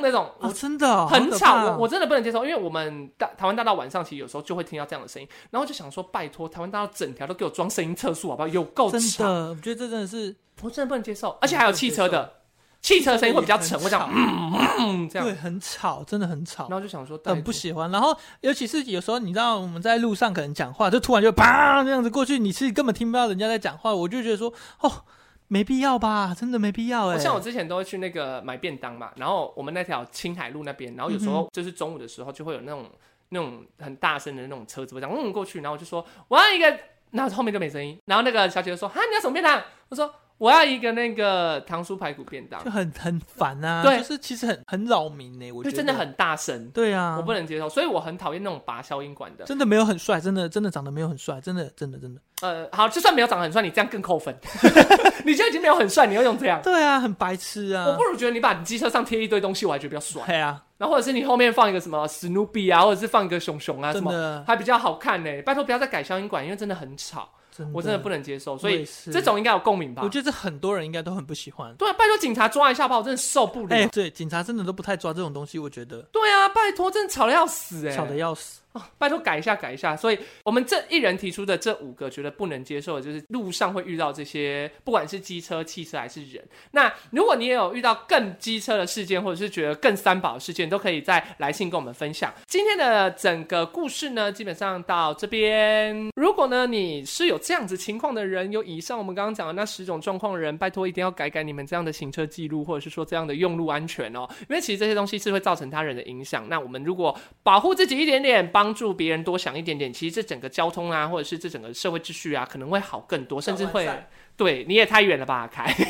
S1: 那种，我
S3: 哦，真的哦
S1: 很
S3: 好可
S1: 吵，
S3: 怕
S1: 我
S3: 哦
S1: 我真的不能接受，因为我们大台湾大道晚上其实有时候就会听到这样的声音，然后就想说，拜托台湾大道整条都给我装声音测速好不好？有够
S3: 真
S1: 吵，
S3: 的，我嗯觉得这真的是
S1: 我真的不能接受，而且还有汽车的，汽车声音会比较沉，我想
S3: 嗯，
S1: 嗯这样
S3: 对，，很吵，真的很吵
S1: 然。后就想说，拜
S3: 很
S1: 托
S3: 不喜欢，然后尤其是有时候你知道我们在路上可能讲话，就突然就啪这样子过去，你其实根本听不到人家在讲话，我就觉得说哦，没必要吧，真的没必要
S1: 我
S3: 哎、
S1: 哦像我之前都会去那个买便当嘛，然后我们那条青海路那边，然后有时
S3: 嗯
S1: 候就是中午的时候就会有那种那种很大声的那种车子，我讲嗯过去，然后我就说我要一个，然后后面就没声音，然后那个小姐就说哈你要什么便当？我说我要一个那个糖酥排骨便当
S3: 就，很很烦啊，
S1: 对
S3: 就是其实很很扰民哎、我觉
S1: 就
S3: 得
S1: 真的很大声，
S3: 对啊，
S1: 我不能接受，所以我很讨厌那种拔消音管的。
S3: 真的没有很帅，真的真的长得没有很帅，真的真的真的，
S1: 呃，好，就算没有长得很帅，你这样更扣分， 你就已经没有很帅，你又用这样。
S3: 对啊，很白痴啊，
S1: 我不如觉得你把你机车上贴一堆东西，我还觉得比较爽。
S3: 对啊，
S1: 然后或者是你后面放一个什么史努比啊，或者是放一个熊熊啊，什
S3: 真
S1: 么
S3: 的
S1: 还比较好看呢、拜托不要再改消音管，因为真的很吵，
S3: 真的，
S1: 我真的不能接受。所
S3: 我
S1: 以
S3: 也是
S1: 这种应该有共鸣吧
S3: 我？觉得这很多人应该都很不喜欢。
S1: 对啊，拜托警察抓一下吧，我真的受不了。
S3: 哎、对，警察真的都不太抓这种东西，我觉得
S1: 对啊，拜托，真的吵得要死哎、
S3: 吵得要死。
S1: 哦拜托改一下，改一下。所以我们这一人提出的这五个觉得不能接受的，就是路上会遇到这些，不管是机车、汽车还是人。那如果你也有遇到更机车的事件，或者是觉得更三宝的事件，都可以再来信跟我们分享。今天的整个故事呢，基本上到这边。如果呢你是有这样子情况的人，有以上我们刚刚讲的那十种状况的人，拜托一定要改改你们这样的行车记录，或者是说这样的用路安全哦，因为其实这些东西是会造成他人的影响。那我们如果保护自己一点点，帮助别人多想一点点，其实这整个交通啊，或者是这整个社会秩序啊，可能会好更多，甚至会
S3: 完善
S1: 对你也太远了吧，凯。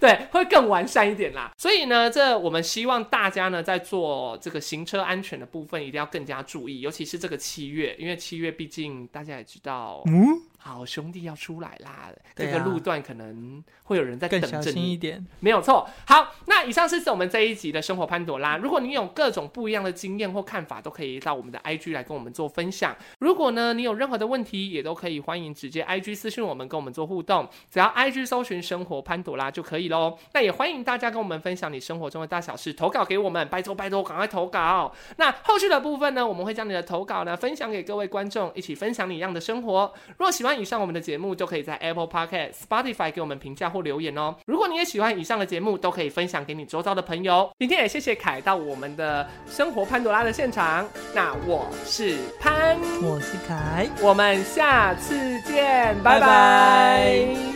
S1: 对，会更完善一点啦。所以呢，这我们希望大家呢，在做这个行车安全的部分，一定要更加注意，尤其是这个七月，因为七月毕竟大家也知道，
S3: 嗯，
S1: 好兄弟要出来啦，这
S3: 对啊
S1: 个路段可能会有人在
S3: 更
S1: 等
S3: 小
S1: 着
S3: 心一
S1: 你，
S3: 点。
S1: 没有错。好，啊那以上是我们这一集的生活潘朵拉。如果你有各种不一样的经验或看法，都可以到我们的 IG 来跟我们做分享。如果呢，你有任何的问题，也都可以欢迎直接 IG 私讯我们，跟我们做互动。只要 IG 搜寻“生活潘朵拉”就可以喽。那也欢迎大家跟我们分享你生活中的大小事，投稿给我们，拜托拜托，赶快投稿。那后续的部分呢，我们会将你的投稿呢分享给各位观众，一起分享你一样的生活。若喜欢以上我们的节目，就可以在 Apple Podcast、Spotify 给我们评价或留言哦。如果你也喜欢以上的节目，都可以分享给你周遭的朋友。今天也谢谢凯到我们的生活潘朵拉的现场，那我是潘。
S3: 我是凯。
S1: 我们下次见，拜拜。
S3: 拜拜